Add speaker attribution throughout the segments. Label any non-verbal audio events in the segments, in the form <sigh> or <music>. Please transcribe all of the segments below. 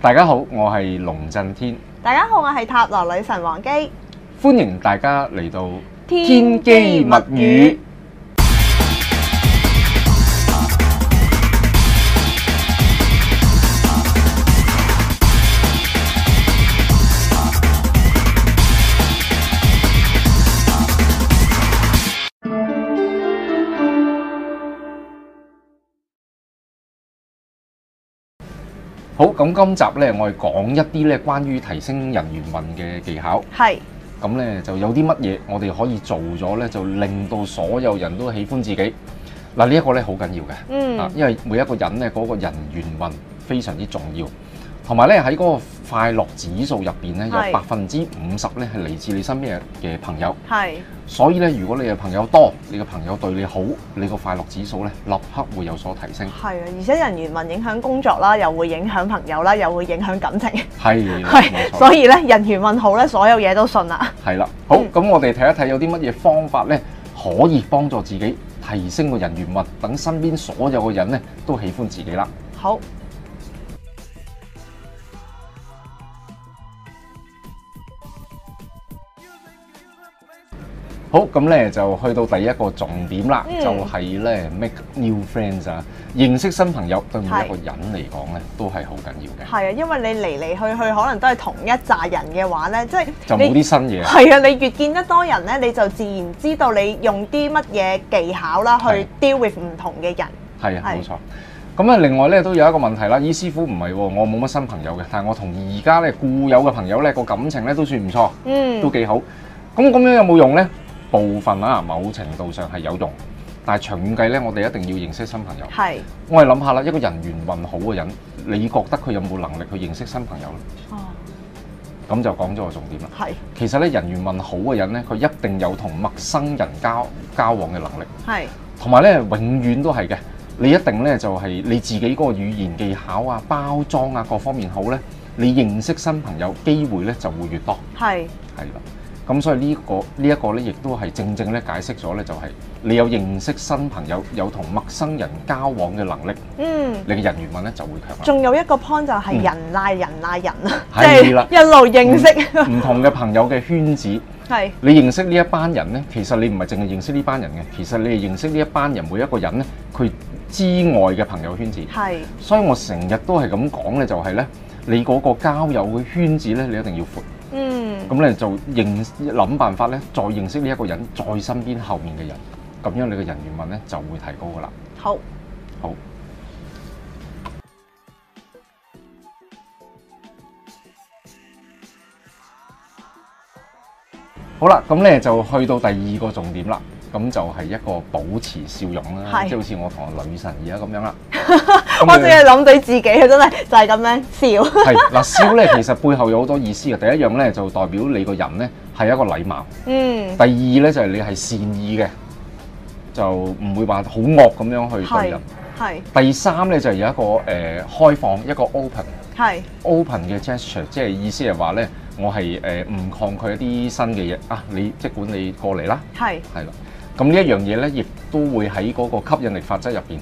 Speaker 1: 大家好，我係龍震天，
Speaker 2: 大家好，我係塔羅女神王姬。
Speaker 1: 歡迎大家嚟到
Speaker 2: 天
Speaker 1: 機
Speaker 2: 機物語。
Speaker 1: 好，咁今集呢，我哋講一啲呢關於提升人緣運嘅技巧。
Speaker 2: 係
Speaker 1: 咁呢，就有啲乜嘢我哋可以做咗呢，就令到所有人都喜歡自己。嗱，呢一個呢，好緊要嘅。啊，
Speaker 2: 嗯
Speaker 1: 因為每一個人咧嗰、個人緣運非常之重要，同埋咧喺嗰個快樂指數入邊咧，
Speaker 2: 係
Speaker 1: 有百分之五十咧係嚟自你身邊嘅嘅朋友，
Speaker 2: 係
Speaker 1: 所以咧如果你嘅朋友多，你嘅朋友對你好，你個快樂指數咧立刻會有所提升。
Speaker 2: 係啊，而且人緣運影響工作啦，又會影響朋友啦，又會影響感情。
Speaker 1: 係啦，嗯冇
Speaker 2: <laughs> 係，
Speaker 1: 錯。
Speaker 2: 所以咧人緣運好咧，所有嘢都順啦。
Speaker 1: 係啦，好
Speaker 2: 嗯
Speaker 1: 咁，我哋睇一睇有啲乜嘢方法咧，可以幫助自己提升個人緣運，等身邊所有嘅人咧都喜歡自己啦。
Speaker 2: 好，
Speaker 1: 好咁咧，就去到第一個重點啦，
Speaker 2: 嗯
Speaker 1: 就係咧 make new friends 啊，認識新朋友對每
Speaker 2: 係
Speaker 1: 一個人嚟講咧都係好緊要嘅，
Speaker 2: 係啊，因為你嚟嚟去去可能都係同一紮人嘅話咧，即係
Speaker 1: 就冇啲
Speaker 2: 你
Speaker 1: 新嘢啊。
Speaker 2: <laughs> 係啊，你越見得多人咧，你就自然知道你用啲乜嘢技巧啦，去
Speaker 1: 係
Speaker 2: deal with 唔同嘅人。
Speaker 1: 係啊，
Speaker 2: 係
Speaker 1: 冇錯。咁啊，另外咧都有一個問題啦，咦師傅唔係喎，我冇乜新朋友嘅，但係我同而家咧固有嘅朋友咧個感情咧都算唔錯，
Speaker 2: 嗯
Speaker 1: 都，幾好。咁咁樣有冇用咧？部分啊，某程度上係有用，但係長遠計咧，我哋一定要認識新朋友。
Speaker 2: 係。
Speaker 1: 我哋諗下啦，一個人緣運好嘅人，你覺得佢有冇能力去認識新朋友咧？
Speaker 2: 哦，
Speaker 1: 咁就講咗個重點啦。
Speaker 2: 係
Speaker 1: 其實咧，人緣運好嘅人咧，佢一定有同陌生人交交往嘅能力，
Speaker 2: 係
Speaker 1: 同埋咧永遠都係嘅。你一定咧就係、你自己嗰個語言技巧啊、包裝啊各方面好咧，你認識新朋友機會咧就會越多，
Speaker 2: 係
Speaker 1: 係啦。咁所以呢、個呢一個咧，亦都係正正咧解釋咗咧，就係、你有認識新朋友，有同陌生人交往嘅能力，
Speaker 2: 嗯。
Speaker 1: 你嘅人緣運咧就會強啦。
Speaker 2: 仲有一個 point 就
Speaker 1: 嗯
Speaker 2: 係人拉人拉人啦，即
Speaker 1: 係啦
Speaker 2: 係一路認識，
Speaker 1: 唔同嘅朋友嘅圈子。
Speaker 2: 係
Speaker 1: 你認識呢一班人呢，其實你唔係淨係認識呢班人嘅，其實你係認識呢一班人每一個人呢，佢之外嘅朋友圈子。
Speaker 2: 係
Speaker 1: 所以我成日都係咁講嘅，就係呢：你嗰個交友嘅圈子呢，你一定要闊。
Speaker 2: 嗯
Speaker 1: 咁你就認諗辦法呢，再認識呢一個人，再身邊後面嘅人，咁樣你嘅人緣運呢就會提高噶啦。
Speaker 2: 好
Speaker 1: 好。好啦，咁咧就去到第二個重點啦，咁就係一個保持笑容啦，
Speaker 2: 係
Speaker 1: 即係好似我同阿女神而家咁樣啦。
Speaker 2: <laughs> 我
Speaker 1: 咁
Speaker 2: 淨係諗到自己，真係就係咁樣
Speaker 1: <laughs>
Speaker 2: 笑，
Speaker 1: 係嗱，笑咧其實背後有好多意思嘅。第一樣咧就代表你個人咧係一個禮貌，
Speaker 2: 嗯
Speaker 1: 第二咧就係你係善意嘅，就唔會話好惡咁樣去對
Speaker 2: 係
Speaker 1: 人。
Speaker 2: 係
Speaker 1: 第三咧就係有一個誒、呃、開放一個 open。
Speaker 2: 係
Speaker 1: open 嘅 gesture，即係意思係話咧，我係誒唔抗拒一啲新嘅嘢啊！你即管你過嚟啦，
Speaker 2: 係
Speaker 1: 係啦。咁呢一樣嘢咧，亦都會喺嗰個吸引力法則入邊，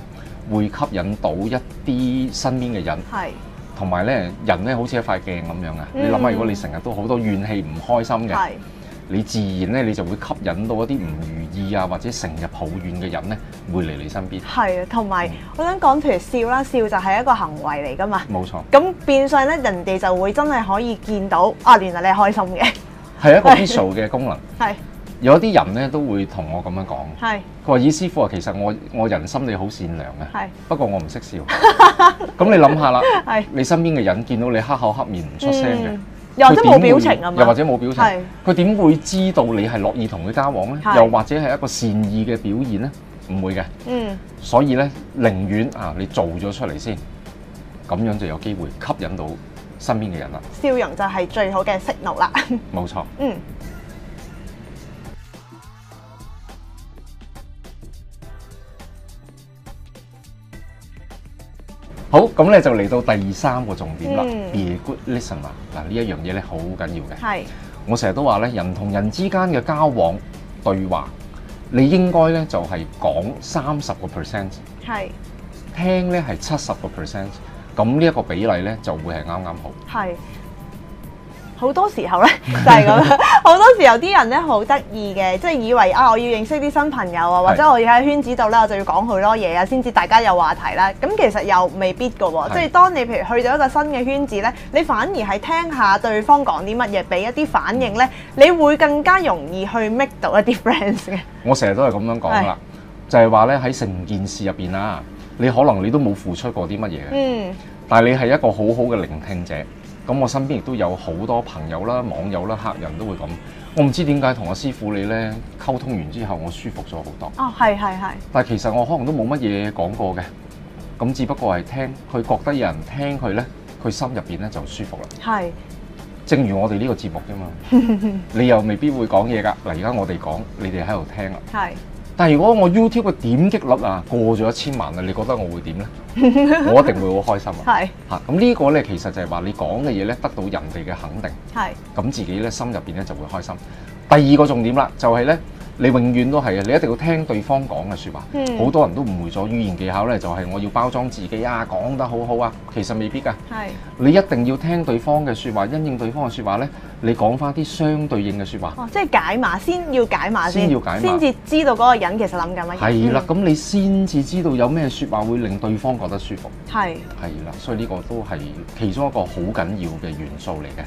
Speaker 1: 會吸引到一啲身邊嘅人，
Speaker 2: 係
Speaker 1: 同埋咧人咧好似一塊鏡咁樣啊！你
Speaker 2: 嗯
Speaker 1: 諗下，如果你成日都好多怨氣唔開心嘅，
Speaker 2: 係
Speaker 1: 你自然咧你就會吸引到一啲唔如意啊，或者成日抱怨嘅人咧，會嚟你身邊。
Speaker 2: 係啊，同埋我想講，譬如笑啦，笑就係一個行為嚟噶嘛。
Speaker 1: 冇錯，
Speaker 2: 咁變相咧，人哋就會真係可以見到啊，原來你係開心嘅，
Speaker 1: 係一個 visual 嘅功能。
Speaker 2: 係
Speaker 1: 有一啲人咧都會同我咁樣講。
Speaker 2: 係
Speaker 1: 佢話：咦，師傅啊，其實我我人心地好善良嘅，
Speaker 2: 係
Speaker 1: 不過我唔識笑。
Speaker 2: <laughs>
Speaker 1: 咁你諗下啦，
Speaker 2: 係
Speaker 1: 你身邊嘅人見到你黑口黑面唔出聲嘅
Speaker 2: 嗯，又或者
Speaker 1: 佢點
Speaker 2: 冇
Speaker 1: 會
Speaker 2: 表情啊嘛，
Speaker 1: 又或者冇表
Speaker 2: 係
Speaker 1: 情，佢點會知道你係樂意同佢交往呢？
Speaker 2: 係
Speaker 1: 又或者係一個善意嘅表現呢？唔會嘅，
Speaker 2: 嗯
Speaker 1: 所以呢，寧願啊，你做咗出嚟先，咁樣就有機會吸引到身邊嘅人啦。
Speaker 2: 笑容就係最好嘅 signal 啦，
Speaker 1: 冇錯。
Speaker 2: 嗯。
Speaker 1: 好，咁咧就嚟到第三個重點啦、
Speaker 2: 嗯
Speaker 1: b e a good listener。嗱，呢一樣嘢咧好緊要嘅。
Speaker 2: 係
Speaker 1: 我成日都話咧，人同人之間嘅交往對話，你應該咧就係講三十個 percent，
Speaker 2: 係
Speaker 1: 聽咧係七十個 percent，咁咁呢一個比例咧就會係啱啱好。
Speaker 2: 係好多時候咧 <laughs> 就係咁樣，好多時候啲人咧好得意嘅，即係以為啊我要認識啲新朋友啊，或者我要喺圈子度咧我就要講好多嘢啊，先至大家有話題啦。咁其實又未必噶喎，
Speaker 1: 係
Speaker 2: 即係當你譬如去到一個新嘅圈子咧，你反而係聽下對方講啲乜嘢，俾一啲反應咧，你會更加容易去 make 到一啲 friends 嘅。
Speaker 1: 我成日都係咁樣講啦，就係話咧喺成件事入邊啦，你可能你都冇付出過啲乜嘢嘅，
Speaker 2: 嗯，
Speaker 1: 但係你係一個好好嘅聆聽者。咁我身邊亦都有好多朋友啦、網友啦、客人都會咁。我唔知點解同我師傅你咧溝通完之後，我舒服咗好多。
Speaker 2: 哦，係係係，
Speaker 1: 但係其實我可能都冇乜嘢講過嘅，咁只不過係聽佢覺得有人聽佢咧，佢心入邊咧就舒服啦。
Speaker 2: 係
Speaker 1: 正如我哋呢個節目啫嘛，你又未必會講嘢㗎。嗱，而家我哋講，你哋喺度聽啦。
Speaker 2: 係。
Speaker 1: 但係如果我 YouTube 嘅點擊率啊過咗一千萬啦，你覺得我會點呢？我一定會好開心啊！
Speaker 2: 係
Speaker 1: 嚇咁呢個呢，其實就係話你講嘅嘢呢，得到人哋嘅肯定，
Speaker 2: 係
Speaker 1: 咁自己呢，心入邊呢就會開心。第二個重點啦，就係、呢，你永遠都係啊嘅，你一定要聽對方講嘅説話。
Speaker 2: 嗯
Speaker 1: 好多人都誤會咗語言技巧呢，就係、我要包裝自己啊，講得好好啊，其實未必㗎。
Speaker 2: 係
Speaker 1: 你一定要聽對方嘅説話，因應對方嘅説話呢，你講翻啲相對應嘅説話。
Speaker 2: 哦，即係解碼先要解碼先，
Speaker 1: 先要解碼
Speaker 2: 先至知道嗰個人其實諗緊乜嘢。
Speaker 1: 係啦，咁你先至知道有咩説話會令對方覺得舒服。
Speaker 2: 嗯，係
Speaker 1: 係啦，所以呢個都係其中一個好緊要嘅元素嚟嘅。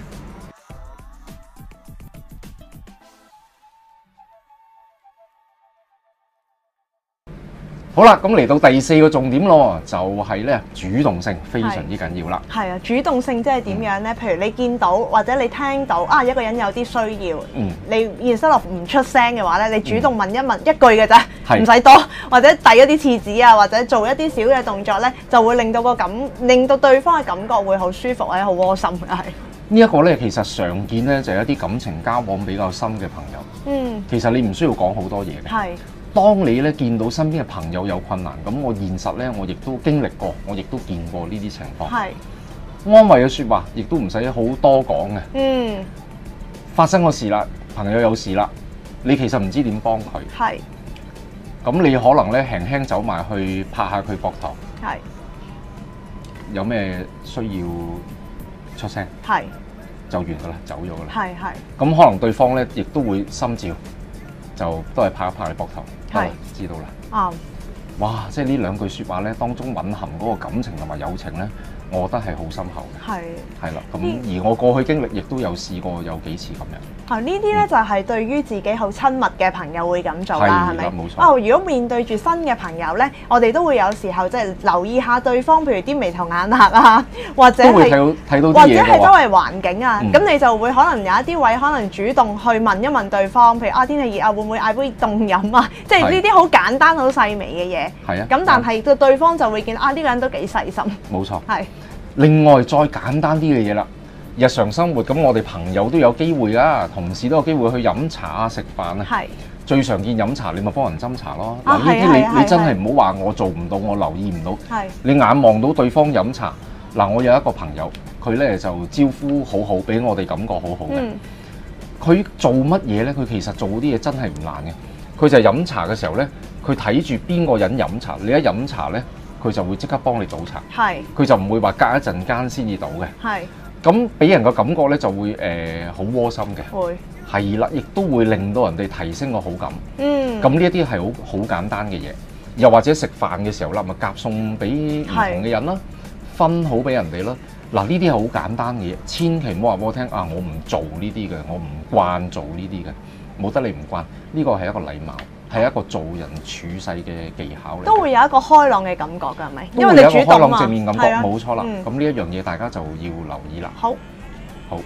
Speaker 1: 好啦，咁嚟到第四個重點咯，就係、呢主動性非常之緊要啦。
Speaker 2: 係啊，主動性即係點樣咧？譬如你見到或者你聽到啊，一個人有啲需要。
Speaker 1: 嗯，
Speaker 2: 你現身落唔出聲嘅話咧，你主動問一問一句嘅咋，
Speaker 1: 係
Speaker 2: 唔使多， <laughs> 或者遞一啲廁紙啊，或者做一啲小嘅動作咧，就會令到個感，令到對方嘅感覺會好舒服或者好窩心嘅係。
Speaker 1: 呢、一個呢，其實常見呢，就係一啲感情交往比較深嘅朋友，
Speaker 2: 嗯，
Speaker 1: 其實你唔需要講好多嘢嘅。
Speaker 2: 係
Speaker 1: 當你咧見到身邊嘅朋友有困難，咁我現實咧我亦都經歷過，我亦都見過呢啲情況。
Speaker 2: 係，
Speaker 1: 安慰嘅説話亦都唔使好多講嘅。
Speaker 2: 嗯
Speaker 1: 發生個事啦，朋友有事啦，你其實唔知點幫佢，
Speaker 2: 係
Speaker 1: 咁你可能咧輕輕走埋去拍下佢膊頭，
Speaker 2: 係
Speaker 1: 有咩需要出聲
Speaker 2: 係
Speaker 1: 就完噶啦，走咗噶啦。
Speaker 2: 係係
Speaker 1: 咁可能對方咧亦都會心照，就都係拍一拍你膊頭，
Speaker 2: 係
Speaker 1: 哦知道啦。
Speaker 2: 啱。
Speaker 1: 哇！即係呢兩句説話咧，當中隱含嗰個感情同埋友情咧，我覺得係好深厚
Speaker 2: 係
Speaker 1: 嘅，係啦。
Speaker 2: 嗯
Speaker 1: 咁而我過去經歷亦都有試過有幾次咁樣，
Speaker 2: 啊！呢
Speaker 1: 嗯
Speaker 2: 啲咧就係對於自己好親密嘅朋友會咁做啦，係
Speaker 1: 係
Speaker 2: 咪
Speaker 1: 啦？冇錯
Speaker 2: 哦，如果面對住新嘅朋友咧，我哋都會有時候即係留意下對方，譬如啲眉頭眼
Speaker 1: <laughs>
Speaker 2: 額啊，或者
Speaker 1: 都會睇
Speaker 2: 係
Speaker 1: 到睇到
Speaker 2: 或
Speaker 1: 啲
Speaker 2: 者
Speaker 1: 嘢
Speaker 2: 係
Speaker 1: 嘅
Speaker 2: 周
Speaker 1: 喎。
Speaker 2: 圍環境啊，
Speaker 1: 嗯
Speaker 2: 咁、你就會可能有一啲位可能主動去問一問對方，譬如啊天氣熱啊，會唔會嗌杯凍飲啊？ <laughs> 即係呢啲好簡單好細微嘅嘢。
Speaker 1: 係啊，
Speaker 2: 咁但係對對方就會見啊呢、個人都幾細心，
Speaker 1: 冇錯。 <laughs>
Speaker 2: 係
Speaker 1: 另外再簡單啲嘅嘢啦，日常生活咁我哋朋友都有機會啦，同事都有機會去飲茶啊、食飯啊。
Speaker 2: 係
Speaker 1: 最常見飲茶，你咪幫人斟茶咯。
Speaker 2: 啊
Speaker 1: 嗱，呢
Speaker 2: 係啊係啊
Speaker 1: 啲你
Speaker 2: 係啊
Speaker 1: 你真係唔好話我做唔到，我留意唔到。
Speaker 2: 係
Speaker 1: 你眼望到對方飲茶，嗱，我有一個朋友，佢咧就招呼好好，俾我哋感覺好好嘅。
Speaker 2: 嗯
Speaker 1: 佢、做乜嘢咧？佢其實做啲嘢真係唔難嘅。佢就係飲茶嘅時候咧，佢睇住邊個人飲茶，你一飲茶咧，佢就會即刻幫你倒茶，
Speaker 2: 係
Speaker 1: 佢就唔會話隔一陣間先至倒嘅。
Speaker 2: 係
Speaker 1: 咁俾人個感覺咧就會誒好、窩心嘅，
Speaker 2: 會
Speaker 1: 係啦，亦都會令到人哋提升個好感。
Speaker 2: 嗯
Speaker 1: 咁呢一啲係好好簡單嘅嘢，又或者食飯嘅時候啦，咪夾餸俾唔同嘅人啦，分好俾人哋啦。嗱，呢啲係好簡單嘅嘢，千祈唔好話俾我聽啊！我唔做呢啲嘅，我唔慣做呢啲嘅，冇得你唔慣。呢個係一個禮貌，係一個做人處世嘅技巧嚟嘅。
Speaker 2: 都會有一個開朗嘅感覺㗎，係咪？
Speaker 1: 都
Speaker 2: 因為
Speaker 1: 會有一個
Speaker 2: 你主
Speaker 1: 開
Speaker 2: 動
Speaker 1: 朗
Speaker 2: 嘛，
Speaker 1: 正面感覺，
Speaker 2: 係啊
Speaker 1: 冇錯啦。
Speaker 2: 嗯
Speaker 1: 咁呢一樣嘢大家就要留意啦。
Speaker 2: 好，
Speaker 1: 好。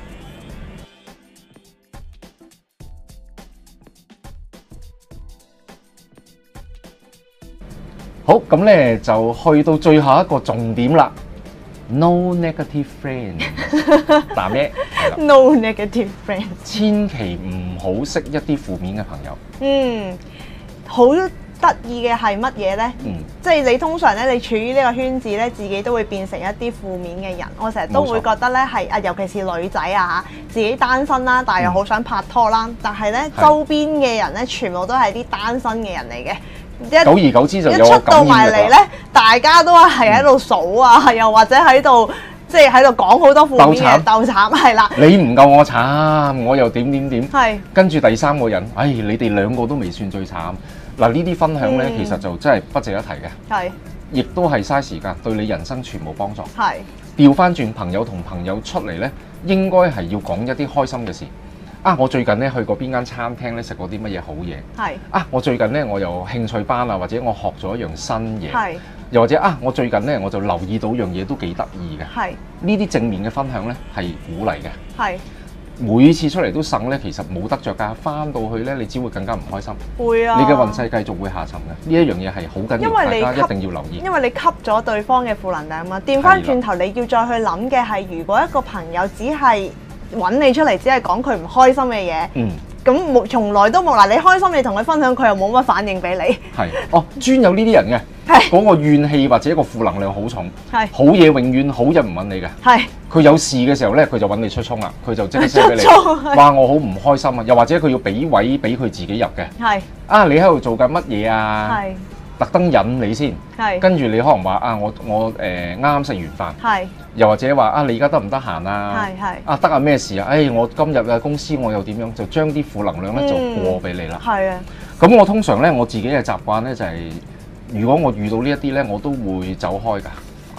Speaker 1: 好，咁咧就去到最後一個重點啦。No negative
Speaker 2: <laughs>
Speaker 1: friend，嗱咩？係啦
Speaker 2: no negative friend。
Speaker 1: 千祈唔好識一啲負面嘅朋友。
Speaker 2: 嗯，好得意嘅係乜嘢呢？
Speaker 1: 嗯，
Speaker 2: 即係你通常咧，你處於呢個圈子咧，自己都會變成一啲負面嘅人。我成日都會
Speaker 1: 冇錯
Speaker 2: 覺得咧係啊，尤其是女仔啊嚇，自己單身啦，但係又好想拍拖啦，但係咧
Speaker 1: 嗯係
Speaker 2: 周邊嘅人咧，全部都係啲單身嘅人嚟嘅。一
Speaker 1: 久而久之就
Speaker 2: 一
Speaker 1: 有
Speaker 2: 出
Speaker 1: 個
Speaker 2: 到
Speaker 1: 感
Speaker 2: 埋
Speaker 1: 染
Speaker 2: 嚟
Speaker 1: 力
Speaker 2: 咧
Speaker 1: 啦。，
Speaker 2: 大家都係喺度數啊，又或者喺度即係喺度講好多負面嘅鬥慘，係啦，
Speaker 1: 你唔夠我慘，我又點點點。
Speaker 2: 係
Speaker 1: 跟住第三個人，唉，你哋兩個都未算最慘。嗱，呢啲分享呢，
Speaker 2: 嗯
Speaker 1: 其實就真係不值一提嘅，
Speaker 2: 係
Speaker 1: 亦都係嘥時間，對你人生全無幫助。
Speaker 2: 係
Speaker 1: 調翻轉，朋友同朋友出嚟呢，應該係要講一啲開心嘅事。啊，我最近呢去過邊間餐廳呢，食過啲乜嘢好嘢。
Speaker 2: 係
Speaker 1: 啊，我最近呢，我有興趣班啊，或者我學咗一樣新嘢，
Speaker 2: 係
Speaker 1: 又或者啊，我最近呢，我就留意到樣嘢都幾得意嘅。
Speaker 2: 係
Speaker 1: 呢啲正面嘅分享呢，係鼓勵嘅。
Speaker 2: 係
Speaker 1: 每次出嚟都省呢，其實冇得着㗎。翻到去呢，你只會更加唔開心，
Speaker 2: 會啊！
Speaker 1: 你嘅運勢繼續會下沉嘅。呢一樣嘢係好緊
Speaker 2: 因
Speaker 1: 要，
Speaker 2: 為你
Speaker 1: 大
Speaker 2: 吸
Speaker 1: 家一定要留意。
Speaker 2: 因為你吸咗對方嘅負能量嘛，調翻轉頭你要再去諗嘅係，如果一個朋友只係揾你出嚟，只係講佢唔開心嘅嘢，
Speaker 1: 嗯，
Speaker 2: 咁冇從來都冇嗱，你開心你同佢分享，佢又冇乜反應俾
Speaker 1: 係。哦，專有呢啲人嘅，<laughs>
Speaker 2: 係
Speaker 1: 嗰個怨氣或者個負能量好重，
Speaker 2: 你，係
Speaker 1: 好嘢永遠好人唔揾你嘅。
Speaker 2: 係
Speaker 1: 佢有事嘅時候呢，佢就揾你出衝啦，佢就即刻 send 俾你
Speaker 2: 出衝哎係。
Speaker 1: 哇！我好唔開心啊！又或者佢要俾位俾佢自己入嘅。
Speaker 2: 係
Speaker 1: 啊！你喺度做緊乜嘢啊？
Speaker 2: 係
Speaker 1: 特登引你先，
Speaker 2: 係
Speaker 1: 跟住你可能話啊，我我誒啱啱食完飯。
Speaker 2: 係
Speaker 1: 又或者話啊，你而家得唔得閒啊？
Speaker 2: 係係
Speaker 1: 啊，得啊咩事啊？誒、我今日啊公司我又點樣，就將啲負能量咧
Speaker 2: 嗯
Speaker 1: 就過俾你啦。
Speaker 2: 係啊，
Speaker 1: 咁、我通常咧我自己嘅習慣咧就係、如果我遇到呢一啲咧，我都會走開㗎，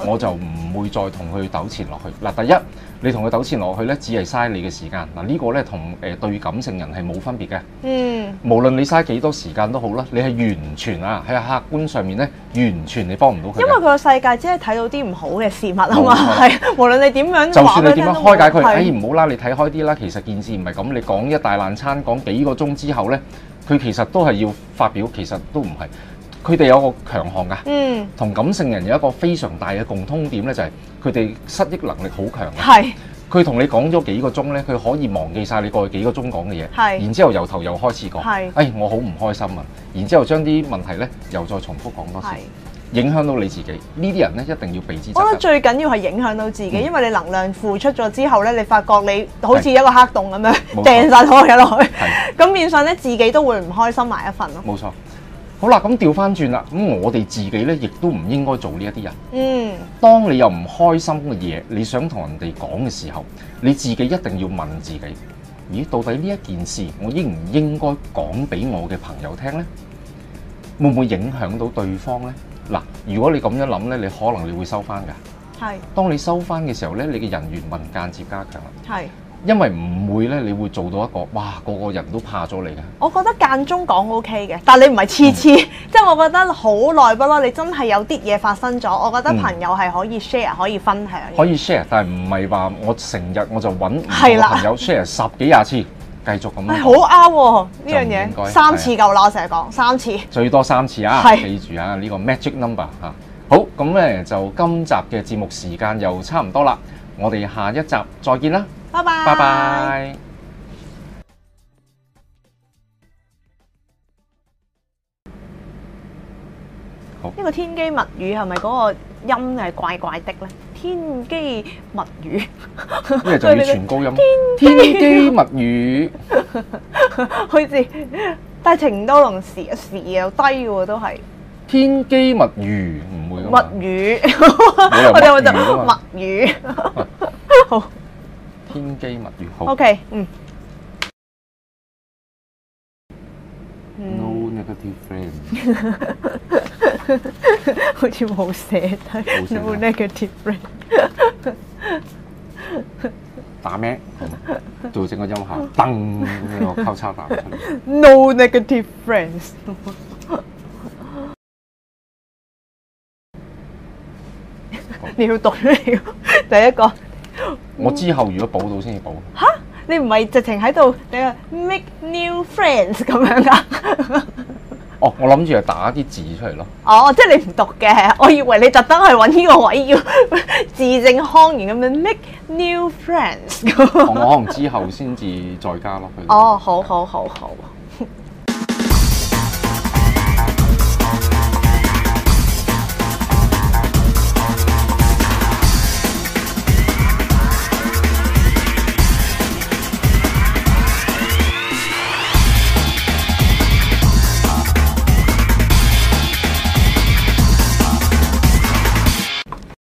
Speaker 1: 我就唔會再同佢糾纏落去。嗱，第一，你同佢糾纏落去咧，只係嘥你嘅時間。嗱，呢個咧同誒對感性人係冇分別嘅。
Speaker 2: 嗯
Speaker 1: 無論你嘥幾多時間都好啦，你係完全啊喺客觀上面咧，完全你幫唔到佢
Speaker 2: 因為佢
Speaker 1: 嘅。
Speaker 2: 個世界只係睇到啲唔好嘅事物啊
Speaker 1: 啊冇
Speaker 2: 嘛，
Speaker 1: 錯
Speaker 2: 係無論你點樣
Speaker 1: 就
Speaker 2: 話
Speaker 1: 算
Speaker 2: 俾
Speaker 1: 你
Speaker 2: 佢
Speaker 1: 點樣
Speaker 2: 聽都
Speaker 1: 開解
Speaker 2: 冇
Speaker 1: 佢，
Speaker 2: 用
Speaker 1: 哎唔好啦，你睇開啲啦。其實件事唔係咁，你講一大爛餐，講幾個鐘之後呢，佢其實都係要發表，其實都唔係。佢哋有個強項㗎，
Speaker 2: 嗯
Speaker 1: 同感性人有一個非常大嘅共通點呢，就係佢哋失憶能力好強嘅。
Speaker 2: 係
Speaker 1: 佢同你講咗幾個鐘呢，佢可以忘記晒你過去幾個鐘講嘅嘢，
Speaker 2: 係
Speaker 1: 然之後由頭又開始講，
Speaker 2: 係
Speaker 1: 哎我好唔開心啊，然之後將啲問題呢又再重複講多次
Speaker 2: 係。。
Speaker 1: 影響到你自己。呢啲人呢，一定要避之則
Speaker 2: 我覺得
Speaker 1: 吉。
Speaker 2: 最緊要係影響到自己，
Speaker 1: 嗯
Speaker 2: 因為你能量付出咗之後咧，你發覺你好似一個黑洞咁樣
Speaker 1: 冇錯
Speaker 2: 掟晒所有嘢落去，
Speaker 1: 係。
Speaker 2: 咁變相咧自己都會唔開心埋一份咯。
Speaker 1: 冇錯。好啦，咁調翻轉啦，咁我哋自己咧，亦都唔應該做呢一啲人。
Speaker 2: 嗯，
Speaker 1: 當你有唔開心嘅嘢，你想同人哋講嘅時候，你自己一定要問自己：咦，到底呢一件事，我應唔應該講俾我嘅朋友聽呢？會唔會影響到對方呢？嗱，如果你咁樣諗呢，你可能你會收翻㗎。
Speaker 2: 嗯係
Speaker 1: 當你收翻嘅時候呢，你嘅人緣文間接加強啦，
Speaker 2: 係。
Speaker 1: 因為唔會呢，你會做到一個哇，個個人都怕咗你㗎。
Speaker 2: 我覺得間中講 O K 嘅，但你唔係次次，
Speaker 1: 嗯
Speaker 2: 即係我覺得好耐不咯。你真係有啲嘢發生咗，我覺得
Speaker 1: 嗯
Speaker 2: 朋友係可以 share 可以分享嘅。
Speaker 1: 可以 share，但係唔係話我成日我就揾唔同
Speaker 2: 係
Speaker 1: 嘅
Speaker 2: 啦
Speaker 1: 朋友 share 十幾廿次，繼續咁
Speaker 2: <laughs>
Speaker 1: 樣
Speaker 2: 唉哎好
Speaker 1: 講，
Speaker 2: 啱喎呢
Speaker 1: 嗯就唔
Speaker 2: 樣
Speaker 1: 應該啊
Speaker 2: 嘢，三次夠啦，我成日講三次。
Speaker 1: 最多三次啊！
Speaker 2: 係
Speaker 1: 記住啊，呢個 magic number 嚇。好，咁咧就今集嘅節目時間又差唔多啦，我哋下一集再見啦，
Speaker 2: 拜拜。
Speaker 1: 拜拜。
Speaker 2: 呢個天機物語係咪嗰個音係怪怪的咧？天機物語，
Speaker 1: 呢個就
Speaker 2: <laughs>
Speaker 1: 要全高音，天機物語。
Speaker 2: 好似但係程多龍時時又低喎，都係
Speaker 1: 天機物語唔會㗎
Speaker 2: 物
Speaker 1: 嘛
Speaker 2: 語，
Speaker 1: 啊冇理由
Speaker 2: <laughs> 我哋會
Speaker 1: 物語㗎嘛
Speaker 2: 讀物語。
Speaker 1: 天機物語好
Speaker 2: OK，嗯。嗯，
Speaker 1: ，no negative friend。
Speaker 2: 好似冇寫低
Speaker 1: 寫低
Speaker 2: ，no negative friend。
Speaker 1: 打咩？咁做整個音效，噔咁樣個交叉彈出嚟。
Speaker 2: No negative friends。你要讀呢個第一個，
Speaker 1: 我之後如果補到先至補，
Speaker 2: 你唔係直情喺度你話 make new friends 咁樣噶？
Speaker 1: 哦，我諗住係打啲字出嚟咯。
Speaker 2: <laughs> 哦，即係你唔讀嘅，我以為你特登去揾呢個位要字正腔圓咁樣 make new friends 咁。哦
Speaker 1: 我可能之後先至再加落去。
Speaker 2: 哦，好好好好。